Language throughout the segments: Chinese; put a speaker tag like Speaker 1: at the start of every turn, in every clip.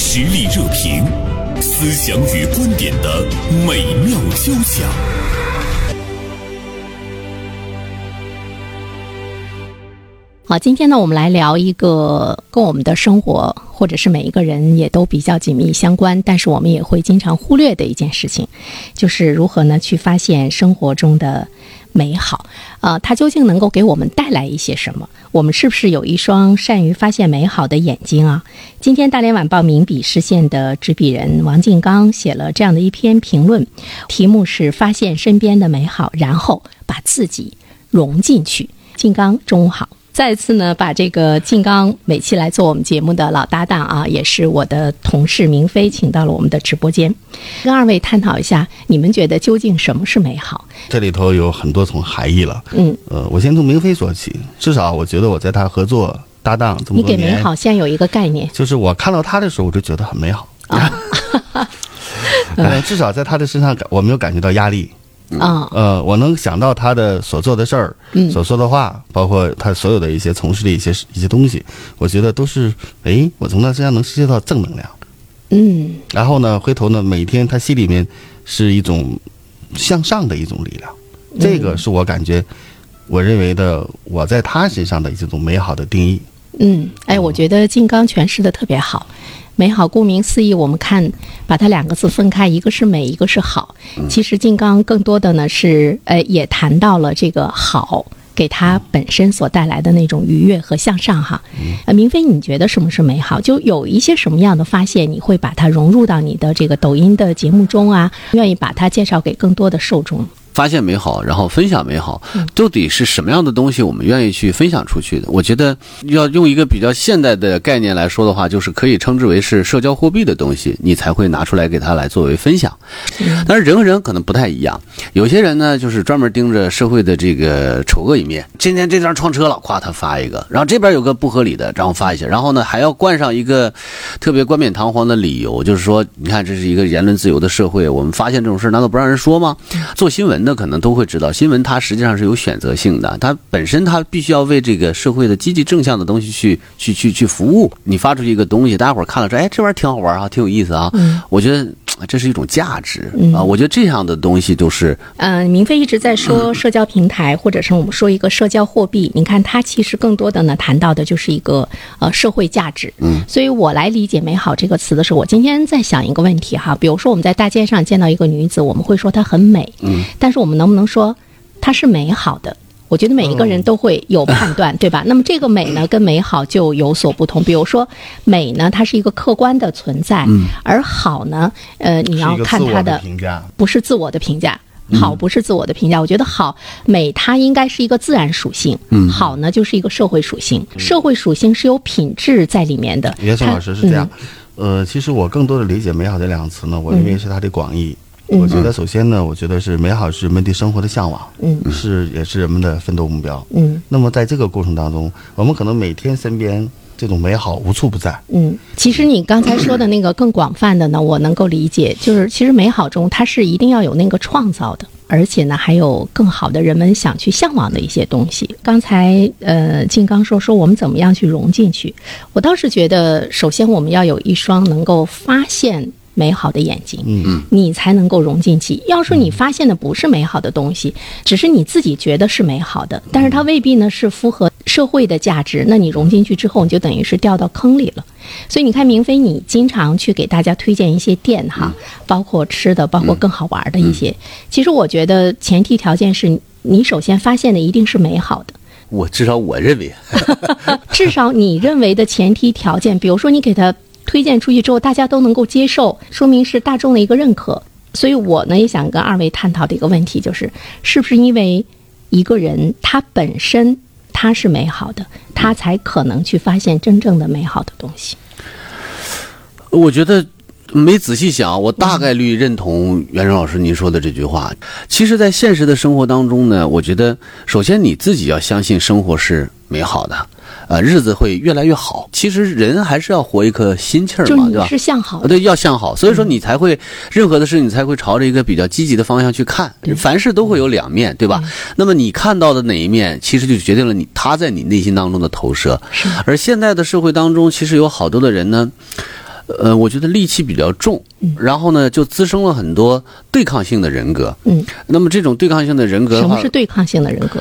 Speaker 1: 实力热评，思想与观点的美妙交响。
Speaker 2: 好，今天呢，我们来聊一个跟我们的生活或者是每一个人也都比较紧密相关，但是我们也会经常忽略的一件事情，就是如何呢去发现生活中的美好。呃，它究竟能够给我们带来一些什么？我们是不是有一双善于发现美好的眼睛啊？今天《大连晚报》名笔视线的执笔人王静刚写了这样的一篇评论，题目是“发现身边的美好，然后把自己融进去”。静刚，中午好。再次呢，把这个静刚每期来做我们节目的老搭档啊，也是我的同事明飞，请到了我们的直播间，跟二位探讨一下，你们觉得究竟什么是美好？
Speaker 3: 这里头有很多层含义了。
Speaker 2: 嗯，
Speaker 3: 呃，我先从明飞说起，至少我觉得我在他合作搭档这么
Speaker 2: 你
Speaker 3: 多
Speaker 2: 给
Speaker 3: 年，
Speaker 2: 美好现在有一个概念，
Speaker 3: 就是我看到他的时候，我就觉得很美好。
Speaker 2: 哦
Speaker 3: 呃，至少在他的身上感，我没有感觉到压力。
Speaker 2: 啊、
Speaker 3: 呃，我能想到他的所做的事儿，
Speaker 2: 嗯
Speaker 3: 所说的话，包括他所有的一些从事的一些一些东西，我觉得都是，哎，我从他身上能吸收到正能量。
Speaker 2: 嗯，
Speaker 3: 然后呢，回头呢，每天他心里面是一种向上的一种力量，
Speaker 2: 嗯
Speaker 3: 这个是我感觉，我认为的我在他身上的一种美好的定义。
Speaker 2: 嗯，哎，我觉得金刚诠释的特别好。美好，顾名思义，我们看把它两个字分开，一个是美，一个是好。其实金刚更多的呢是，呃，也谈到了这个好给他本身所带来的那种愉悦和向上哈。呃，明飞，你觉得什么是美好？就有一些什么样的发现，你会把它融入到你的这个抖音的节目中啊？愿意把它介绍给更多的受众？
Speaker 4: 发现美好，然后分享美好，到底是什么样的东西我们愿意去分享出去的？我觉得要用一个比较现代的概念来说的话，就是可以称之为是社交货币的东西，你才会拿出来给它来作为分享。但是人和人可能不太一样，有些人呢就是专门盯着社会的这个丑恶一面，今天这辆撞车了，夸他发一个，然后这边有个不合理的，然后发一下，然后呢还要冠上一个特别冠冕堂皇的理由，就是说，你看这是一个言论自由的社会，我们发现这种事难道不让人说吗？做新闻的可能都会知道，新闻它实际上是有选择性的，它本身它必须要为这个社会的积极正向的东西去去去去服务。你发出去一个东西，大家伙儿看了说，哎，这玩意儿挺好玩儿啊，挺有意思啊，我觉得。嘖这是一种价值啊！我觉得这样的东西都是
Speaker 2: 嗯、明飞一直在
Speaker 3: 嗯
Speaker 2: 说社交平台，或者是我们说一个社交货币。你看，它其实更多的呢，谈到的就是一个呃社会价值。嗯，所以我来理解“美好”这个词的时候，我今天在想一个问题哈，比如说我们在大街上见到一个女子，我们会说她很美，嗯，但是我们能不能说她是美好的？我觉得每一个
Speaker 3: 嗯
Speaker 2: 人都会有判 断，对吧？那么这个美呢，跟美好就有所不同。比如说，美呢，它是一个客观的存在，而好呢，呃，你
Speaker 3: 嗯是
Speaker 2: 要
Speaker 3: 一个
Speaker 2: 看
Speaker 3: 自我
Speaker 2: 它
Speaker 3: 的
Speaker 2: 的
Speaker 3: 评价，
Speaker 2: 不是自我的评价。好不是自我的评价，我觉得好美它应该是一个自然属性，嗯、好呢就是一个社会属性，社会属性是有品质在里面的。
Speaker 3: 袁松
Speaker 2: 它
Speaker 3: 老师是这样，
Speaker 2: 嗯
Speaker 3: 呃，其实我更多的理解“美好”这两个词呢，我认为是它的广义。我觉得首先呢，我觉得是美好是人们对生活的向往，
Speaker 2: 嗯，
Speaker 3: 是也是人们的奋斗目标。
Speaker 2: 嗯
Speaker 3: 那么在这个过程当中，我们可能每天身边这种美好无处不在，
Speaker 2: 嗯，其实你刚才说的那个更广泛的呢，我能够理解，就是其实美好中它是一定要有那个创造的，而且呢还有更好的人们想去向往的一些东西。刚才呃静刚说说我们怎么样去融进去，我倒是觉得首先我们要有一双能够发现。美好的眼睛，嗯，你才能够融进去。要是你发现的不是美好的东西，只是你自己觉得是美好的，但是它未必呢是符合社会的价值，那你融进去之后，你就等于是掉到坑里了。所以你看，明飞，你经常去给大家推荐一些店哈，包括吃的，包括更好玩的一些。其实我觉得前提条件是你首先发现的一定是美好的，
Speaker 4: 我至少我认为，啊
Speaker 2: 至少你认为的前提条件，比如说你给他推荐出去之后，大家都能够接受，说明是大众的一个认可。所以我呢也想跟二位探讨的一个问题就是，是不是因为一个人他本身他是美好的，他才可能去发现真正的美好的东西？
Speaker 4: 我觉得没仔细想，我大概率认同袁征老师您说的这句话。其实，在现实的生活当中呢，我觉得首先你自己要相信生活是美好的，呃，日子会越来越好。其实人还是要活一颗心气儿
Speaker 2: 就是
Speaker 4: 嘛，
Speaker 2: 你
Speaker 4: 对吧？
Speaker 2: 是向好
Speaker 4: 啊，
Speaker 2: 的，
Speaker 4: 对，要向好，所以说
Speaker 2: 嗯
Speaker 4: 你才会、任何的事情，你才会朝着一个比较积极的方向去看。凡事都会有两面，对吧？
Speaker 2: 嗯
Speaker 4: 那么你看到的哪一面，其实就决定了你他在你内心当中的投射。
Speaker 2: 是
Speaker 4: 而现在的社会当中，其实有好多的人呢，呃，我觉得戾气比较重，
Speaker 2: 嗯
Speaker 4: 然后呢，就滋生了很多对抗性的人格。
Speaker 2: 嗯，
Speaker 4: 那么这种对抗性的人格
Speaker 2: 什
Speaker 4: 的话
Speaker 2: 么是，对抗性的人格？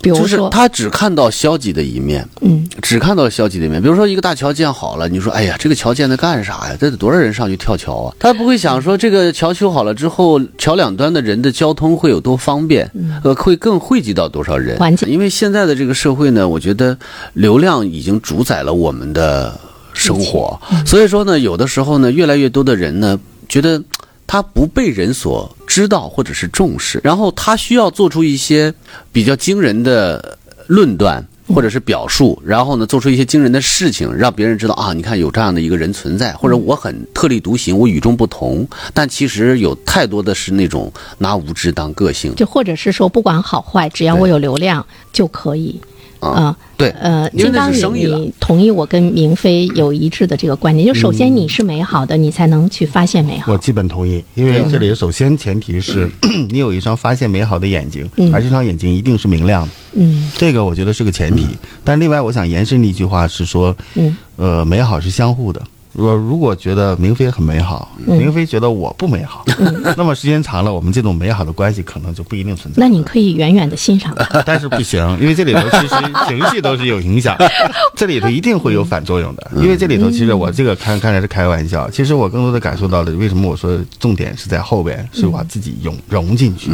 Speaker 2: 比如
Speaker 4: 就
Speaker 2: 说，
Speaker 4: 是他只看到消极的一面，
Speaker 2: 嗯
Speaker 4: 只看到消极的一面。比如说一个大桥建好了，你说哎呀，这个桥建的干啥呀？这得多少人上去跳桥啊？他不会想说这个桥修好了之后，桥两端的人的交通会有多方便，呃，会更汇集到多少人？
Speaker 2: 嗯环境
Speaker 4: 因为现在的这个社会呢，我觉得流量已经主宰了我们的生活，
Speaker 2: 嗯
Speaker 4: 所以说呢，有的时候呢，越来越多的人呢，觉得他不被人所知道或者是重视，然后他需要做出一些比较惊人的论断。或者是表述，然后呢，做出一些惊人的事情，让别人知道啊，你看有这样的一个人存在，或者我很特立独行，我与众不同。但其实有太多的是那种拿无知当个性
Speaker 2: 就或者是说，不管好坏，只要我有流量就可以。
Speaker 4: 啊，对，
Speaker 2: 呃，
Speaker 4: 因为
Speaker 2: 金
Speaker 4: 那
Speaker 2: 刚，
Speaker 4: 是
Speaker 2: 你
Speaker 4: 生意了
Speaker 2: 你同意我跟明飞有一致的这个观点，就首
Speaker 4: 嗯
Speaker 2: 先你是美好的，你才能去发现美好
Speaker 3: 我。基本同意，因为这里首先前提是
Speaker 2: 嗯
Speaker 3: 你有一双发现美好的眼睛，而这双眼睛一定是明亮的。
Speaker 2: 嗯
Speaker 3: 这个我觉得是个前提。但另外，我想延伸的一句话是说，
Speaker 2: 嗯，
Speaker 3: 呃，美好是相互的。我如果觉得明飞很美好，
Speaker 2: 嗯
Speaker 3: 明飞觉得我不美好，那么时间长了，我们这种美好的关系可能就不一定存在。
Speaker 2: 那你可以远远的欣赏 它。
Speaker 3: 但是不行，因为这里头其实情绪都是有影响的，这里头一定会有反作用的。因为这里头其实我这个看看来是开玩笑，其实我更多的感受到的，为什么我说重点是在后边，是把自己融融进去。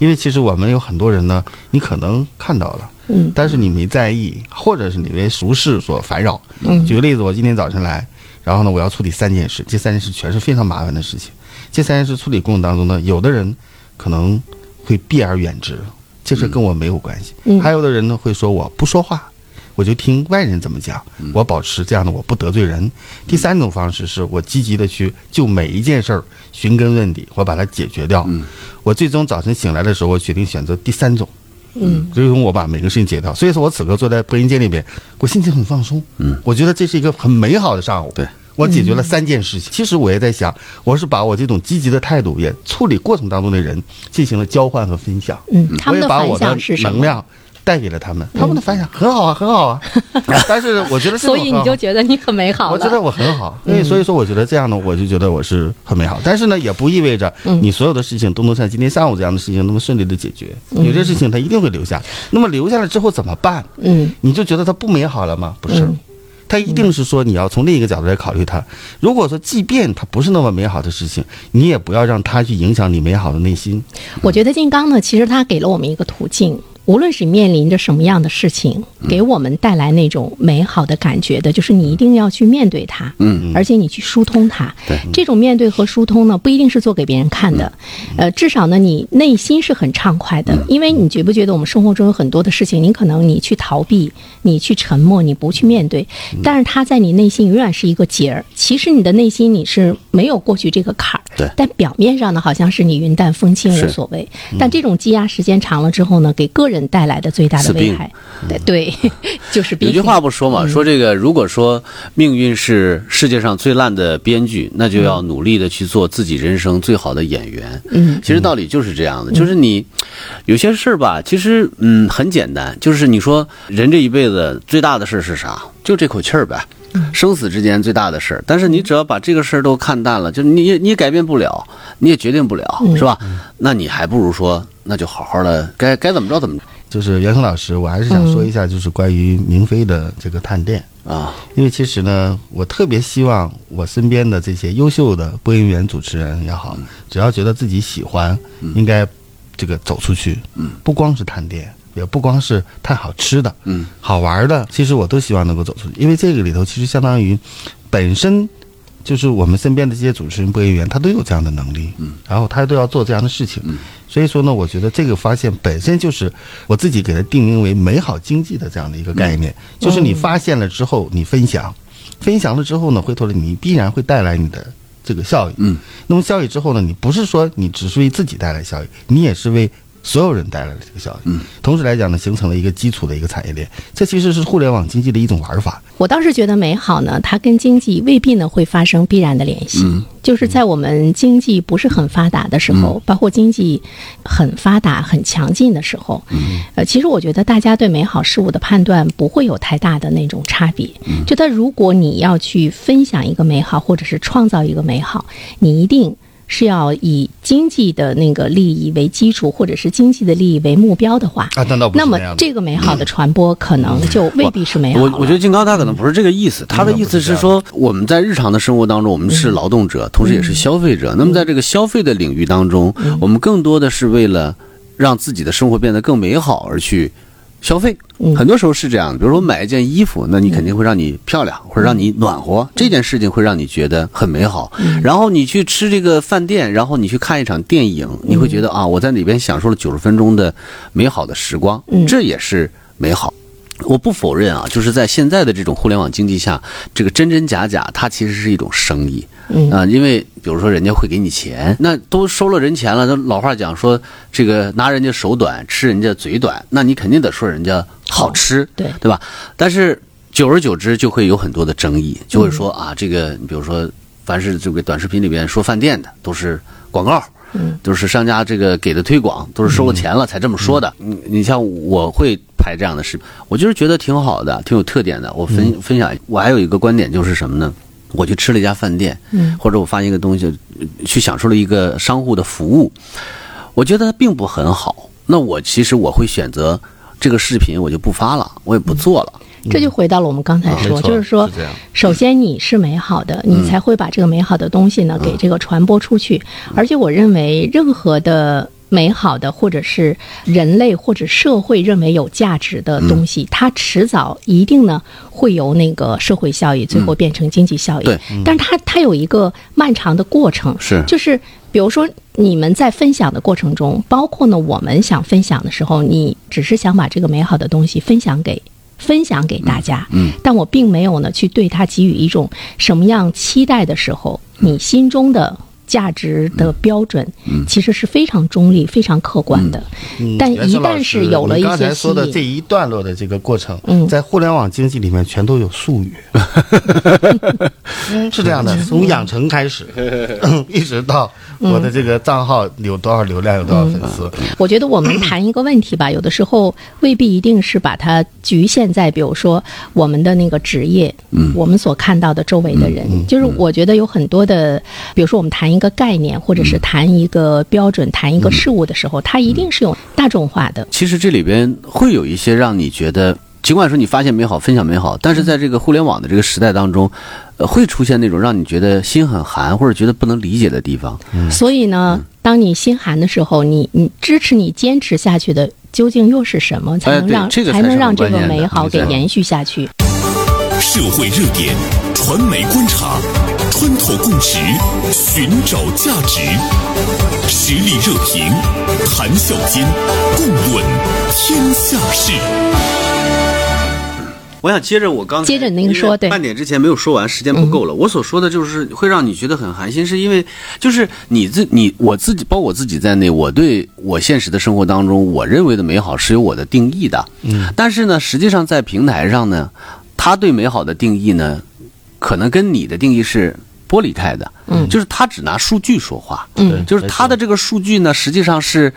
Speaker 3: 因为其实我们有很多人呢，你可能看到了。
Speaker 2: 嗯
Speaker 3: 但是你没在意，或者是你为俗事所烦扰。举个例子，我今天早晨来，然后呢，我要处理三件事，这三件事全是非常麻烦的事情。这三件事处理过程当中呢，有的人可能会避而远之，这事跟我没有关系。
Speaker 2: 嗯
Speaker 3: 还有的人呢会说我不说话，我就听外人怎么讲，我保持这样的我不得罪人。第三种方式是我积极的去就每一件事儿寻根问底，我把它解决掉。我最终早晨醒来的时候，我决定选择第三种。
Speaker 2: 嗯，
Speaker 3: 最终我把每个事情解决掉。所以说我此刻坐在播音间里边，我心情很放松。嗯，我觉得这是一个很美好的上午。
Speaker 4: 对。
Speaker 3: 我解决了三件事情，其实我也在想，我是把我这种积极的态度，也处理过程当中的人进行了交换和分享。
Speaker 2: 嗯，他
Speaker 3: 我
Speaker 2: 们
Speaker 3: 也
Speaker 2: 的
Speaker 3: 把
Speaker 2: 反
Speaker 3: 我的
Speaker 2: 响是什
Speaker 3: 能
Speaker 2: 么？
Speaker 3: 量带给了他们，他们的反响很好啊，很好啊。但是我觉得这种
Speaker 2: 所以你
Speaker 3: 很好
Speaker 2: 就觉得你很美好嗯
Speaker 3: 我觉得
Speaker 2: 了。
Speaker 3: 我很好，因为所以说我觉得这样呢，我就觉得我是很美好。但是呢，也不意味着
Speaker 2: 嗯
Speaker 3: 你所有的事情都能像今天上午这样的事情那么顺利的解决，有些事情它一定会留下。那么留下了之后怎么办？
Speaker 2: 嗯，
Speaker 3: 你就觉得它不美好了吗？不是
Speaker 2: 嗯，
Speaker 3: 它一定是说你要从另一个角度来考虑它。如果说即便它不是那么美好的事情，你也不要让它去影响你美好的内心。
Speaker 2: 我觉得金刚呢，其实他给了我们一个途径，无论是面临着什么样的事情，给我们带来那种美好的感觉的，就是你一定要去面对它，嗯，而且你去疏通它。
Speaker 4: 对
Speaker 2: 这种面对和疏通呢，不一定是做给别人看的，呃，至少呢，你内心是很畅快的，因为你觉不觉得我们生活中有很多的事情，你可能你去逃避，你去沉默，你不去面对，
Speaker 4: 嗯
Speaker 2: 但是它在你内心永远是一个结儿。其实你的内心你是没有过去这个坎儿，
Speaker 4: 对
Speaker 2: 但表面上呢，好像是你云淡风轻无所谓，
Speaker 4: 嗯
Speaker 2: 但这种积压时间长了之后呢，给个人带来的最大的
Speaker 4: 死
Speaker 2: 危
Speaker 4: 病
Speaker 2: 害，对 对，就是
Speaker 4: 有
Speaker 2: 病
Speaker 4: 句话不说嘛，说这个如果说命运是世界上最烂的编剧，那就要努力的去做自己人生最好的演员。
Speaker 2: 嗯，
Speaker 4: 其实道理就是这样的，就是你有些事儿吧，其实嗯很简单，就是你说人这一辈子最大的事儿是啥？就这口气儿呗。生死之间最大的事儿，但是你只要把这个事儿都看淡了，就是你也你也改变不了，你也决定不了，是吧？那你还不如说，那就好好的，该该怎么着怎么着
Speaker 3: 就是袁恒老师，我还是想说一下，就是关于明飞的这个探店。
Speaker 4: 啊。
Speaker 3: 因为其实呢，我特别希望我身边的这些优秀的播音员、主持人也好，只要觉得自己喜欢，应该这个走出去，不光是探店。也不光是探好吃的，
Speaker 4: 嗯，
Speaker 3: 好玩的，其实我都希望能够走出去，因为这个里头其实相当于本身就是我们身边的这些主持人、播音员，他都有这样的能力，嗯，然后他都要做这样的事情，嗯，所以说呢，我觉得这个发现本身就是我自己给它定名为美好经济的这样的一个概念，就是你发现了之后，你分享，分享了之后呢，回头你必然会带来你的这个效益，
Speaker 4: 嗯，
Speaker 3: 那么效益之后呢，你不是说你只是为自己带来效益，你也是为所有人带来了这个效应。嗯，同时来讲呢，形成了一个基础的一个产业链，这其实是互联网经济的一种玩法。
Speaker 2: 我倒是觉得美好呢，它跟经济未必呢会发生必然的联系。
Speaker 3: 嗯
Speaker 2: 就是在我们经济不是很发达的时候，包括经济很发达、很强劲的时候，
Speaker 3: 嗯
Speaker 2: 呃，其实我觉得大家对美好事物的判断不会有太大的那种差别。
Speaker 3: 嗯
Speaker 2: 觉得如果你要去分享一个美好，或者是创造一个美好，你一定。是要以经济的那个利益为基础，或者是经济的利益为目标的话，
Speaker 3: 啊，难道不
Speaker 2: 那
Speaker 3: 是
Speaker 2: 么
Speaker 3: 样的？
Speaker 2: 这个美好的传播可能就未必是美好
Speaker 4: 我
Speaker 2: 了。
Speaker 4: 我觉得金刚他可能不是这个意思，他的意思是说，我们在日常的生活当中，我们是劳动
Speaker 2: 嗯
Speaker 4: 者，同时也是消费者。那么在这个消费的领域当中，
Speaker 2: 嗯
Speaker 4: 我们更多的是为了让自己的生活变得更美好而去消费。
Speaker 2: 嗯
Speaker 4: 很多时候是这样的，比如说买一件衣服，那你肯定会让你漂
Speaker 2: 嗯
Speaker 4: 亮，或者让你暖和，这件事情会让你觉得很美好。
Speaker 2: 嗯
Speaker 4: 然后你去吃这个饭店，然后你去看一场电影，你会觉
Speaker 2: 嗯
Speaker 4: 得啊，我在里边享受了九十分钟的美好的时光，
Speaker 2: 嗯
Speaker 4: 这也是美好。我不否认啊，就是在现在的这种互联网经济下，这个真真假假，它其实是一种生意。嗯啊、因为比如说人家会给你钱，那都收了人钱了，那老话讲说这个拿人家手短，吃人家嘴短，那你肯定得说人家好吃，
Speaker 2: 对
Speaker 4: 对吧？但是久而久之就会有很多的争议，就会说啊，这个你比如说，凡是这个短视频里边说饭店的都是广告。都是商家这个给的推广，都是收了钱了才这么说的。你你像我会拍这样的视频，我就是觉得挺好的，挺有特点的。我分、分享，我还有一个观点就是什么呢？我去吃了一家饭店，嗯，或者我发现一个东西，呃去享受了一个商户的服务，我觉得它并不很好。那我其实我会选择这个视频，我就不发了，我也不做了。
Speaker 2: 这就回到了我们刚才说，
Speaker 3: 嗯没错
Speaker 2: 就是说
Speaker 3: 是这样嗯
Speaker 2: 首先你是美好的，你才会把这个美好的东西呢给这个传播出去。
Speaker 3: 嗯
Speaker 2: 而且我认为，任何的美好的，或者是人类或者社会认为有价值的东
Speaker 3: 嗯
Speaker 2: 西，它迟早一定呢会由那个社会效益最
Speaker 3: 嗯
Speaker 2: 后变成经济效益。
Speaker 4: 对
Speaker 2: 但是它它有一个漫长的过程，
Speaker 4: 是
Speaker 2: 就是比如说你们在分享的过程中，包括呢我们想分享的时候，你只是想把这个美好的东西分享给分享给大家，嗯，但我并没有呢去对它给予一种什么样期待的时候，你心中的。价值的标准其实是非常中立、非常客观的，但
Speaker 3: 嗯袁
Speaker 2: 一
Speaker 3: 生老
Speaker 2: 旦
Speaker 3: 师
Speaker 2: 是有了一
Speaker 3: 你刚
Speaker 2: 些
Speaker 3: 才
Speaker 2: 吸
Speaker 3: 说的这
Speaker 2: 引，
Speaker 3: 一段落的这个过程，
Speaker 2: 嗯
Speaker 3: 在互联网经济里面全都有 术语，是这样的，从养成开始，一直到
Speaker 2: 嗯
Speaker 3: 我的这个账号有多少流量，有多少粉丝，
Speaker 2: 我觉得我们谈一个问 题吧，有的时候未必一定是把它局限在，比如说我们的那个职业，嗯，我们所看到的周围的人，
Speaker 4: 嗯
Speaker 2: 就是我觉得有很多的，比如说我们谈一个概念，或者是谈一个标准，谈一
Speaker 4: 嗯
Speaker 2: 个事物的时候，它一定是有大众化的，
Speaker 4: 其实这里边会有一些让你觉得，尽管说你发现美好、分享美好，但是在这个互联网的这个时代当中，呃，会出现那种让你觉得心很寒或者觉得不能理解的地方。
Speaker 2: 所以
Speaker 4: 嗯
Speaker 2: 呢，当你心寒的时候，你你支持你坚持下去的究竟又是什么，才
Speaker 4: 哎
Speaker 2: 能
Speaker 4: 对
Speaker 2: 让、
Speaker 4: 这个才
Speaker 2: 能
Speaker 4: 是
Speaker 2: 让
Speaker 4: 很
Speaker 2: 这个
Speaker 4: 关键的
Speaker 2: 美好给
Speaker 4: 对
Speaker 2: 延续下去？
Speaker 1: 社会热点，传媒观察，穿透共识，寻找价值，实力热评，谈笑间，共论天下事。
Speaker 4: 我想接着我刚才
Speaker 2: 接着您说
Speaker 4: 因为
Speaker 2: 对
Speaker 4: 半点之前没有说完，时间不够了。我所说的就是会让你觉得很哎寒心，是因为就是你自你我自己，包括我自己在内，我对我现实的生活当中，我认为的美好是有我的定义的。嗯，但是呢，实际上在平台上呢，他对美好的定义呢，可能跟你的定义是剥离开的。嗯，就是他只拿数据说话。嗯，
Speaker 3: 对
Speaker 4: 就是他的这个数据呢，实际上是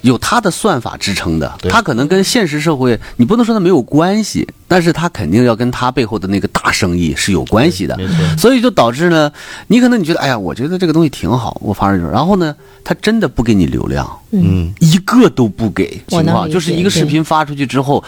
Speaker 4: 有他的算法支撑的，他可能跟现实社会，你不能说它没有关系，但是它肯定要跟他背后的那个大生意是有关系的，所以就导致呢，你可能你觉得，哎呀，我觉得这个东西挺好，我发上去，然后呢，他真的不给你流量，嗯，一个都不给，
Speaker 2: 我
Speaker 4: 情
Speaker 2: 能
Speaker 4: 况
Speaker 2: 理
Speaker 4: 就是
Speaker 2: 解
Speaker 4: 一个视
Speaker 2: 对嗯
Speaker 4: 频。您发出去之后，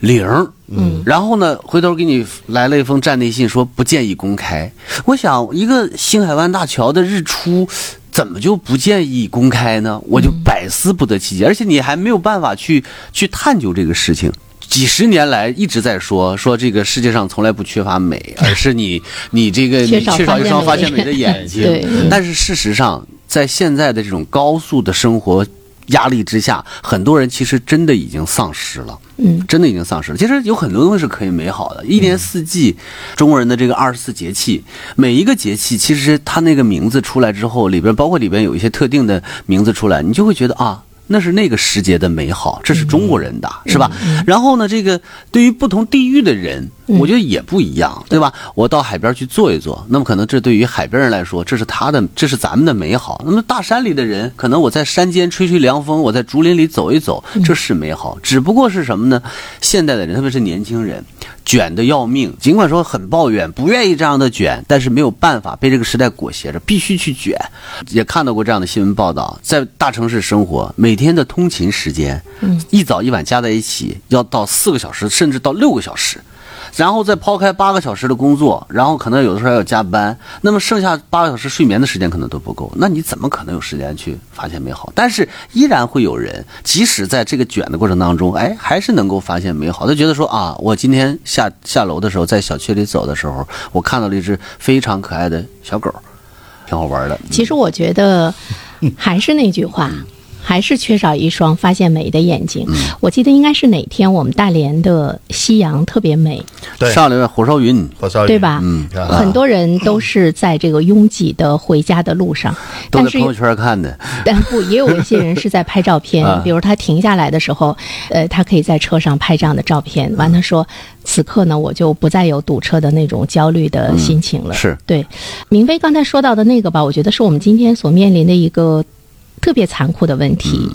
Speaker 4: 零儿，嗯然后呢，回头给你来了一封站内信，说不建议公开。我想，一个星海湾大桥的日出，怎么就不建议公开呢？我就百思不得其
Speaker 2: 嗯
Speaker 4: 解，而且你还没有办法去去探究这个事情。几十年来一直在说说这个世界上从来不缺乏美，而是你你这个
Speaker 2: 缺
Speaker 4: 你
Speaker 2: 少
Speaker 4: 缺少一双
Speaker 2: 发
Speaker 4: 发
Speaker 2: 现
Speaker 4: 现
Speaker 2: 美
Speaker 4: 美
Speaker 2: 的
Speaker 4: 的
Speaker 2: 眼
Speaker 4: 眼睛。
Speaker 2: 对
Speaker 4: 但是事实上，在现在的这种高速的生活压力之下，很多人其实真的已经丧失了。
Speaker 2: 嗯，
Speaker 4: 真的已经丧失了。其实有很多东西是可以美好的，一年四季，中国人的这个二十四节气，每一个节气其实它那个名字出来之后，里边包括里边有一些特定的名字出来，你就会觉得啊，那是那个时节的美好，这是中国人的，是吧？然后呢，这个对于不同地域的人，我觉得也不一样，对吧？我到海边去坐一坐，那么可能这对于海边人来说，这是他的，这是咱们的美好。那么大山里的人，可能我在山间吹吹凉风，我在竹林里走一走，这是美好。只不过是什么呢？现代的人，特别是年轻人，卷的要命。尽管说很抱怨，不愿意这样的卷，但是没有办法，被这个时代裹挟着，必须去卷。也看到过这样的新闻报道，在大城市生活，每天的通勤时间，一早一晚加在一起，要到四个小时，甚至到六个小时。然后再抛开八个小时的工作，然后可能有的时候还要加班，那么剩下八个小时睡眠的时间可能都不够，那你怎么可能有时间去发现美好？但是依然会有人，即使在这个卷的过程当中，哎，还是能够发现美好。他觉得说啊，我今天下下楼的时候，在小区里走的时候，我看到了一只非常可爱的小狗，挺好玩的。
Speaker 2: 其实我觉得，
Speaker 4: 嗯
Speaker 2: 还是那句话，还是缺少一双发现美的眼
Speaker 4: 嗯
Speaker 2: 睛。我记得应该是哪天我们大连的夕阳特别美，
Speaker 3: 对
Speaker 4: 上来了火烧云，
Speaker 3: 火烧云
Speaker 2: 对吧？
Speaker 4: 嗯
Speaker 3: 漂亮
Speaker 2: 很多人都是在这个拥挤的回家的路上，
Speaker 4: 都
Speaker 2: 但
Speaker 4: 在
Speaker 2: 是
Speaker 4: 朋友圈看的。
Speaker 2: 但不也有一些人是在拍照片
Speaker 4: 啊，
Speaker 2: 比如他停下来的时候，呃，他可以在车上拍这样的照片。完
Speaker 4: 嗯
Speaker 2: 他说，此刻呢，我就不再有堵车的那种焦虑的心情了。
Speaker 4: 嗯是
Speaker 2: 对，明飞刚才说到的那个吧，我觉得是我们今天所面临的一个特别残酷的问题。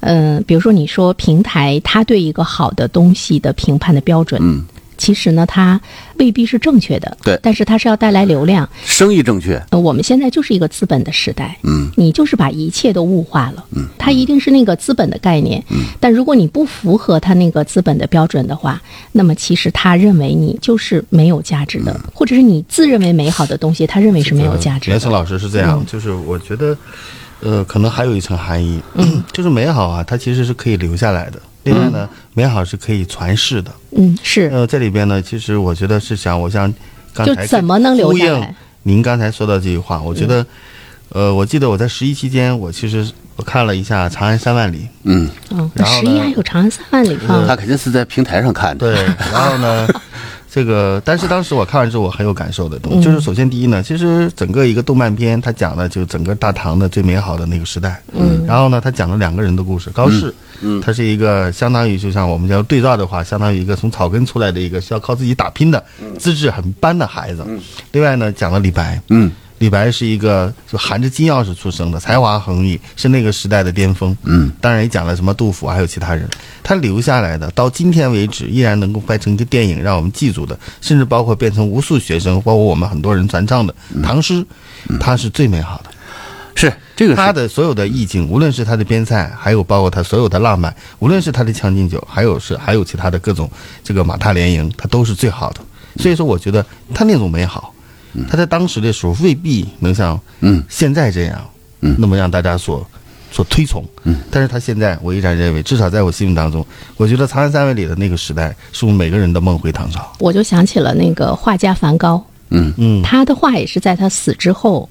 Speaker 2: 嗯、比如说你说平台它对一个好的东西的评判的标准，
Speaker 4: 嗯，
Speaker 2: 其实呢它未必是正确的，
Speaker 4: 对
Speaker 2: 但是它是要带来流量。
Speaker 4: 生意正确，
Speaker 2: 呃，我们现在就是一个资本的时代，
Speaker 4: 嗯，
Speaker 2: 你就是把一切都物化了，嗯，它一定是那个资本的概念，嗯，但如果你不符合它那个资本的标准的话，那么其实他认为你就是没有价值的，或者是你自认为美好的东西，他认为嗯是没有价值
Speaker 3: 嗯
Speaker 2: 嗯
Speaker 3: 袁
Speaker 2: 的，
Speaker 3: 成老师是这样，就是我觉得，呃，可能还有一层含义，
Speaker 2: 嗯
Speaker 3: 就是美好啊，它其实是可以留下来的。另外呢，美好是可以传世的。
Speaker 2: 嗯，是，
Speaker 3: 呃，这里边呢，其实我觉得是想，我想刚
Speaker 2: 就
Speaker 3: 才
Speaker 2: 怎么能留
Speaker 3: 呼
Speaker 2: 下
Speaker 3: 应
Speaker 2: 来？嗯
Speaker 3: 您刚才说到这句话，我觉得，呃，我记得我在十一期间，我其实我看了一下《长安三万里》，
Speaker 4: 嗯，
Speaker 2: 嗯，
Speaker 3: 然后
Speaker 2: 十
Speaker 3: 呢
Speaker 2: 一还有长安三万里啊，
Speaker 4: 他肯定是在平台上看的。
Speaker 3: 对，然后呢，这个，但是当时我看完之后，我很有感受的东西，就是首先第一呢，其实整个一个动漫片，它讲的就整个大唐的最美好的那个时代，嗯，然后呢，它讲了两个人的故事，高适，嗯，他是一个相当于就像我们要对照的话，相当于一个从草根出来的一个需要靠自己打拼的资质很一般的孩子，另外呢，讲了李白，
Speaker 4: 嗯，
Speaker 3: 李白是一个就含着金钥匙出生的，才华横溢，是那个时代的巅峰。
Speaker 4: 嗯，
Speaker 3: 当然也讲了什么杜甫，还有其他人，他留下来的到今天为止依然能够拍成一个电影让我们记住的，甚至包括变成无数学生，包括我们很多人传唱的唐诗，它是最美好的。
Speaker 4: 是这个是
Speaker 3: 他的所有的意境，无论是他的边塞，还有包括他所有的浪漫，无论是他的《将进酒》，还有是还有其他的各种这个马踏连营，他都是最好的。
Speaker 4: 嗯
Speaker 3: 所以说，我觉得他那种美好，他在当时的时候未必能像
Speaker 4: 嗯
Speaker 3: 现在这样，
Speaker 4: 嗯
Speaker 3: 那么让大家所所推崇。嗯，但是他现在，我依然认为，至少在我心目当中，我觉得《长安三万里》的那个时代，是我们每个人的梦回唐朝。
Speaker 2: 我就想起了那个画家梵高，
Speaker 4: 嗯
Speaker 3: 嗯
Speaker 2: 他的画也是在他死之后，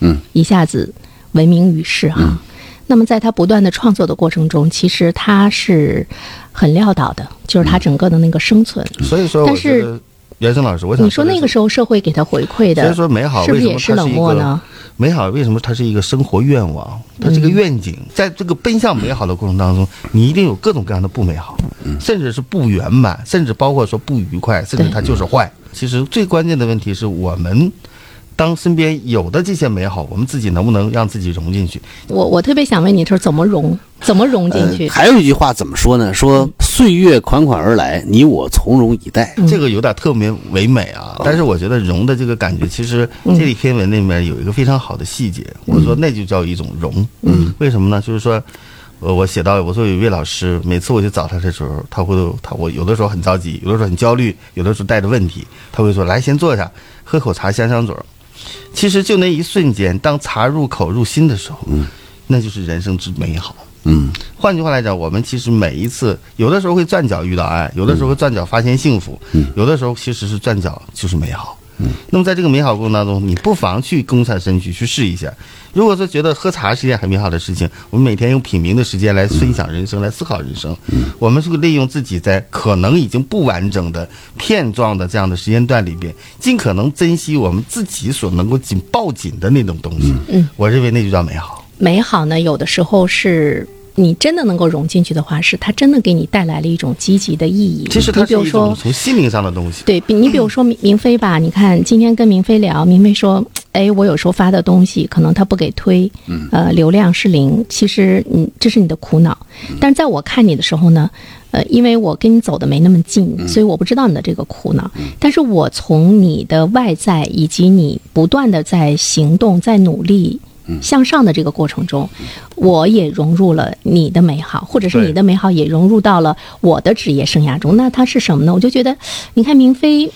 Speaker 4: 嗯，
Speaker 2: 一下子闻名于世哈。
Speaker 3: 嗯
Speaker 2: 那么在他不断的创作的过程中，其实他是很潦倒的，就是他整个的那个生存。
Speaker 4: 嗯
Speaker 3: 所以说，我
Speaker 2: 但是
Speaker 3: 觉得袁生老师，我想
Speaker 2: 你说
Speaker 3: 的
Speaker 2: 那个
Speaker 3: 是
Speaker 2: 时候社会给他回馈的，
Speaker 3: 嗯所以说美好
Speaker 2: 是不是
Speaker 3: 为什
Speaker 2: 也
Speaker 3: 么它是一个
Speaker 2: 冷漠呢？
Speaker 3: 美好为什么它是一个生活愿望？它是一个愿景，在这个奔向美好的过程当中，你一定有各种各样的不美好，甚至是不圆满，甚至包括说不愉快，甚至它就是坏。其实最关键的问题是我们。当身边有的这些美好，我们自己能不能让自己融进去？
Speaker 2: 我我特别想问你，说怎么融，怎么融
Speaker 3: 呃
Speaker 2: 进去？嗯
Speaker 4: 呃还有一句话怎么说呢？说岁月款款而来，你我从容以待。
Speaker 3: 这个有点特别唯美啊，但是我觉得融的这个感觉，其实这里篇文里面有一个非常好的细节，我说那就叫一种融。嗯，为什么呢？就是说，呃，我写到我说有一位老师，每次我去找他的时候，他会他我有的时候很着急，有的时候很焦虑，有的时候带着问题，他会说来先坐下，喝口茶香香嘴儿。其实就那一瞬间，当茶入口入心的时候，那就是人生之美好。
Speaker 4: 嗯，
Speaker 3: 换句话来讲，我们其实每一次，有的时候会转角遇到爱，有的时候会转角发现幸福，有的时候其实是转角就是美好。那么在这个美好过程当中，你不妨去躬下身去去试一下。如果说觉得喝茶是一件很美好的事情，我们每天用品茗的时间来分享人生，来思考人生。我们是利用自己在可能已经不完整的片状的这样的时间段里边，尽可能珍惜我们自己所能够紧抱紧的那种东西。我认为那就叫美好。
Speaker 2: 美好呢，有的时候是你真的能够融进去的话，是它真的给你带来了一种积极的意义。
Speaker 3: 其实
Speaker 2: 你
Speaker 3: 它
Speaker 2: 比
Speaker 3: 是
Speaker 2: 如
Speaker 3: 一种
Speaker 2: 说，
Speaker 3: 从心灵上的东西。
Speaker 2: 对比你比如说明明飞吧，你看今天跟明飞聊，明飞说，哎，我有时候发的东西可能他不给推，呃，流量是零。其实你这是你的苦恼，但是在我看你的时候呢，呃，因为我跟你走的没那么近，所以我不知道你的这个苦恼，但是我从你的外在以及你不断的在行动、在努力。向上的这个过程中，我也融入了你的美好，或者是
Speaker 3: 对
Speaker 2: 你的美好也融入到了我的职业生涯中。那它是什么呢？我就觉得，你看明飞，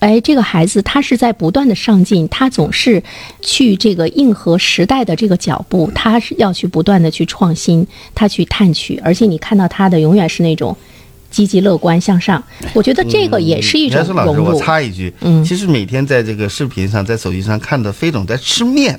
Speaker 2: 哎，这个孩子他是在不断的上进，他总是去这个应和时代的这个脚步，他是要去不断的去创新，他去探取，而且你看到他的永远是那种积极乐观向上。我觉得这个也是一种
Speaker 3: 严肃老
Speaker 2: 融
Speaker 3: 师，我
Speaker 2: 入。
Speaker 3: 插一句，
Speaker 2: 嗯
Speaker 3: 其实每天在这个视频上，在手机上看到飞总在吃面，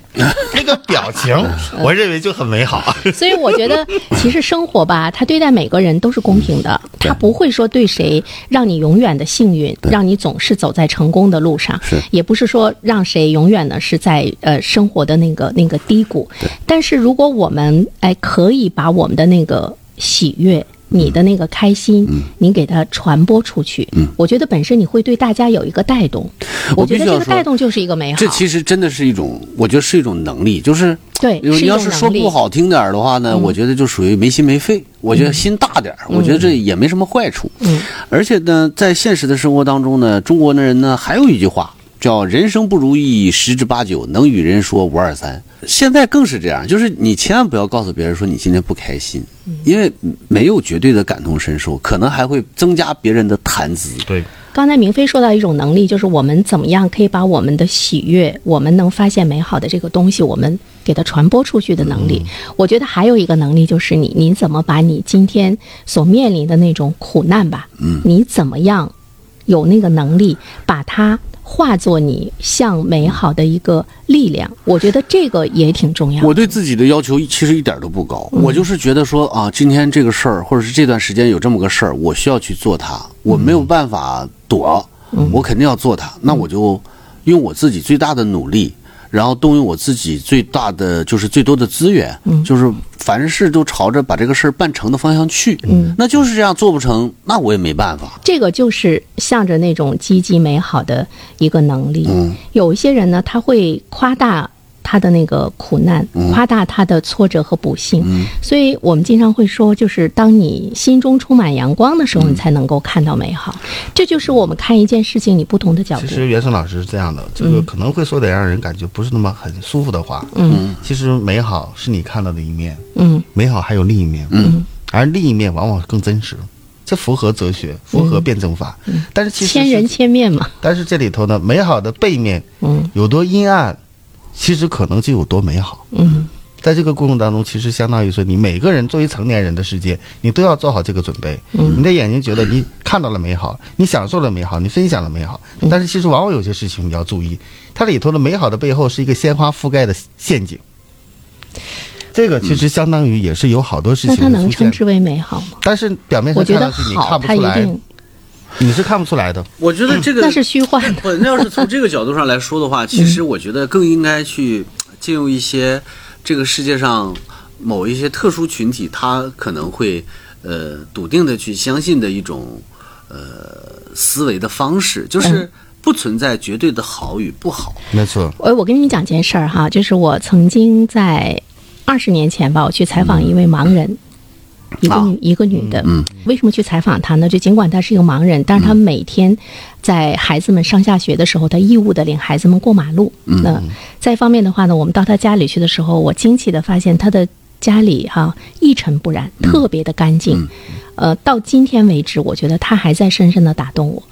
Speaker 3: 那个表情，我认为就很美好。
Speaker 2: 所以我觉 得，其实生活吧，它对待每个人都是公平的，它不会说对谁让你永远的幸运，让你总是走在成功的路上
Speaker 4: 是，
Speaker 2: 也不是说让谁永远呢是在呃生活的那个那个低谷。但是如果我们哎可以把我们的那个喜
Speaker 4: 嗯
Speaker 2: 悦。你的那个开心，你给它传播出去，我觉得本身你会对大家有一个带动，我觉
Speaker 4: 嗯必
Speaker 2: 得
Speaker 4: 须要
Speaker 2: 这个
Speaker 4: 说
Speaker 2: 带动就是一个美好。
Speaker 4: 这其实真的是一种，我觉得是一种能力，就是
Speaker 2: 对
Speaker 4: 你
Speaker 2: 是一
Speaker 4: 要
Speaker 2: 种
Speaker 4: 是
Speaker 2: 能
Speaker 4: 说
Speaker 2: 力嗯
Speaker 4: 不好听点儿的话呢，我觉得就属于没心没肺。我觉得心大点儿，我觉得这也没什么坏处。
Speaker 2: 嗯，
Speaker 4: 而且呢，在现实的生活当中呢，中国的人呢还有一句话叫“人生不如意十之八九，能与人说五二三”。现在更是这样，就是你千万不要告诉别人说你今天不开心，
Speaker 2: 嗯
Speaker 4: 因为没有绝对的感同身受，可能还会增加别人的谈资。
Speaker 3: 对，
Speaker 2: 刚才明飞说到一种能力，就是我们怎么样可以把我们的喜悦，我们能发现美好的这个东西，我们给它传播出去的能力。我觉得还有一个能力就是你，你怎么把你今天所面临的那种苦难吧，嗯，你怎么样有那个能力把它化作你向美好的一个力量？我觉得这个也挺重要的。
Speaker 4: 我对自己的要求其实一点都不高，我就是觉得说啊，今天这个事儿，或者是这段时间有这么个事儿，我需要去做它，我没有办法躲，我肯定要做它。那我就用我自己最大的努力，然后动用我自己最大的就是最多的资源，就是凡事都朝着把这个事儿办成的方向去。那就是这样，做不成，那我也没办法。
Speaker 2: 这个就是向着那种积极美好的一个能力。
Speaker 3: 嗯
Speaker 2: 有一些人呢，他会夸大他的那个苦难，
Speaker 3: 嗯
Speaker 2: 夸大他的挫折和不幸。所以我们经常会说，就是当你心中充满阳光的时
Speaker 3: 嗯
Speaker 2: 候，你才能够看到美好。这就是我们看一件事情你不同的角
Speaker 3: 其
Speaker 2: 度。
Speaker 3: 实袁胜老师是这样的，这个可能会说点让人感觉不是那么很舒服的话。嗯，其实美好是你看到的一面，
Speaker 2: 嗯
Speaker 3: 美好还有另一面。嗯，而另一面往往更真实，这符合哲学，符合辩证法。但是其实
Speaker 2: 千
Speaker 3: 是
Speaker 2: 人千面嘛，
Speaker 3: 但是这里头呢，美好的背面，
Speaker 2: 嗯，
Speaker 3: 有多阴暗，其实可能就有多美好，
Speaker 2: 嗯，
Speaker 3: 在这个过程当中，其实相当于说，你每个人作为成年人的世界，你都要做好这个准备。嗯，你的眼睛觉得你看到了美好，你享受了美好，你分享了美好，
Speaker 2: 嗯
Speaker 3: 但是其实往往有些事情你要注意，它里头的美好的背后是一个鲜花覆盖的陷阱。这个其实相当于也是有好多事
Speaker 2: 嗯那
Speaker 3: 情
Speaker 2: 它能
Speaker 3: 出
Speaker 2: 称
Speaker 3: 现的，
Speaker 2: 之为美好吗？
Speaker 3: 但是表面
Speaker 2: 我
Speaker 3: 上
Speaker 2: 觉
Speaker 3: 看
Speaker 2: 得
Speaker 3: 上去你
Speaker 2: 好，
Speaker 3: 看不
Speaker 2: 它
Speaker 3: 出
Speaker 2: 一
Speaker 3: 来，
Speaker 2: 定
Speaker 3: 你是看不出来的。
Speaker 4: 我觉得这个
Speaker 2: 那嗯是虚幻 的。
Speaker 4: 不，呃那要是从这个角度上来说的话，其实我觉得更应该去借用一些这个世界上某一些特殊群体，他可能会呃笃定的去相信的一种呃思维的方式，就是不存在绝对的好与不好。
Speaker 3: 没错，
Speaker 2: 哎我我跟你们讲件事儿哈，就是我曾经在二十年前吧，我去采访一位盲人。一个女一个女的，为什么去采访她呢？就尽管她是一个盲人，但是她每天在孩子们上下学的时候，她义务的领孩子们过马路。那再一方面的话呢，我们到她家里去的时候，我惊奇的发现她的家里哈、一尘不染，特别的干净。呃，到今天为止，我觉得她还在深深的打动我。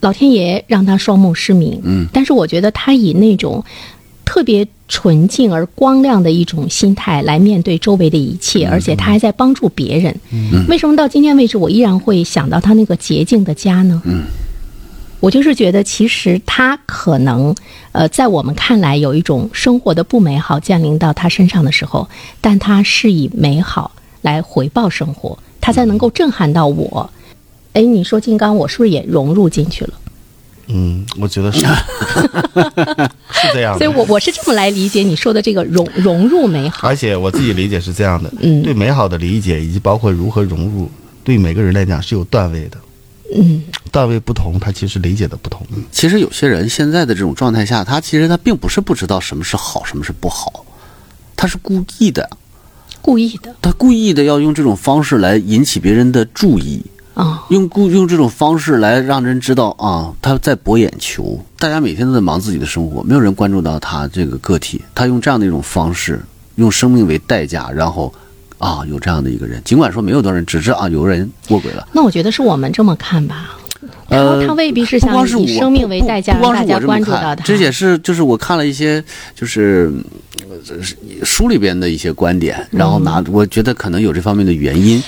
Speaker 2: 老天爷让他双目失明，嗯，但是我觉得他以那种特别纯净而光亮的一种心态来面对周围的一切，而且他还在帮助别人。为什么到今天为止，我依然会想到他那个洁净的家呢？我就是觉得，其实他可能，呃，在我们看来有一种生活的不美好降临到他身上的时候，但他是以美好来回报生活，他才能够震撼到我。哎，你说金刚，我是不是也融入进去了？
Speaker 3: 嗯，我觉 得是 是这样
Speaker 4: 啊
Speaker 2: 所以
Speaker 3: 的。
Speaker 2: 我我是这么来理解你说的这个融融入美好。
Speaker 3: 而且我自己理解是这样的，
Speaker 2: 嗯
Speaker 3: 对美好的理解以及包括如何融入，对每个人来讲是有段位的，
Speaker 2: 嗯，
Speaker 3: 段位不同，他其实理解的不同。
Speaker 4: 其实有些人现在的这种状态下，他其实他并不是不知道什么是好，什么是不好，他是故意的，
Speaker 2: 故意的
Speaker 4: 他故意的要用这种方式来引起别人的注意，
Speaker 2: 啊、
Speaker 4: 用故用这种方式来让人知道啊，他在博眼球。大家每天都在忙自己的生活，没有人关注到他这个个体。他用这样的一种方式，用生命为代价，然后啊，有这样的一个人，尽管说没有多少人，只是啊，有人卧轨了。
Speaker 2: 那我觉得是我们这么看吧，他、
Speaker 4: 呃
Speaker 2: 他未必是
Speaker 4: 不
Speaker 2: 想
Speaker 4: 光是我，
Speaker 2: 以生命为代价
Speaker 4: 不不
Speaker 2: 让大
Speaker 4: 光是
Speaker 2: 家
Speaker 4: 我这么
Speaker 2: 关注到
Speaker 4: 看，
Speaker 2: 他。
Speaker 4: 这也是就是我看了一些就是呃这是书里边的一些观点，然后
Speaker 2: 嗯
Speaker 4: 拿我觉得可能有这方面的原因。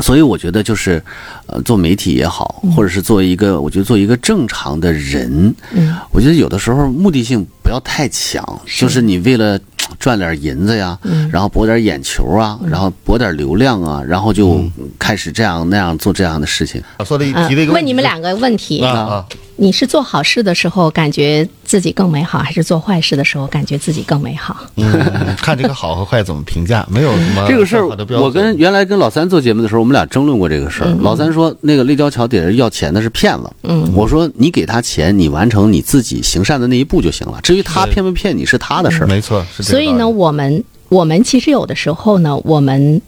Speaker 4: 所以我觉得就是，呃，做媒体也好，或者是做一个，我觉得做一个正常的人，
Speaker 2: 嗯，
Speaker 4: 我觉得有的时候目的性不要太强，就是你为了赚点银子呀，
Speaker 2: 嗯
Speaker 4: 然后博点眼球啊，然后博点流量啊，然后就开始这样那样做这样的事情。
Speaker 3: 啊我说的
Speaker 2: 嗯
Speaker 3: 提了一个
Speaker 2: 问
Speaker 3: 题
Speaker 2: 你们两个问题、
Speaker 3: 啊啊，
Speaker 2: 你是做好事的时候感觉自己更美好，还是做坏事的时候感觉自己更美好？
Speaker 3: 嗯， 看这个好和坏怎么评价，没有什么
Speaker 4: 这个事儿
Speaker 3: 更好呃的，标准
Speaker 4: 我跟原来跟老三做节目的时候，我们俩争论过这个事儿。老三说，那个立交桥底下要钱的是骗子。嗯，我说你给他钱，你完成你自己行善的那一步就行了。至于他骗不骗你是他的事儿。
Speaker 3: 没错，是这个
Speaker 2: 所以
Speaker 3: 道
Speaker 2: 呢，
Speaker 3: 理，
Speaker 2: 我们我们其实有的时候呢，我们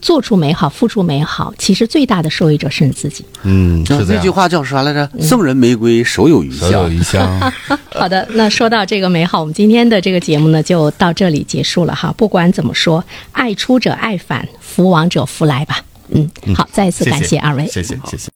Speaker 2: 做出美好，付出美好，其实最大的受益者是你自己。
Speaker 3: 嗯，是这
Speaker 4: 那句
Speaker 3: 样。
Speaker 4: 话叫啥来着？赠人玫瑰，手有余
Speaker 3: 手有
Speaker 4: 香。
Speaker 3: 余香，
Speaker 2: 好的，那说到这个美好，我们今天的这个节目呢就到这里结束了哈。不管怎么说，爱出者爱返，福往者福来吧。嗯，好，再一次
Speaker 3: 谢谢
Speaker 2: 感谢二位。
Speaker 3: 谢谢谢谢。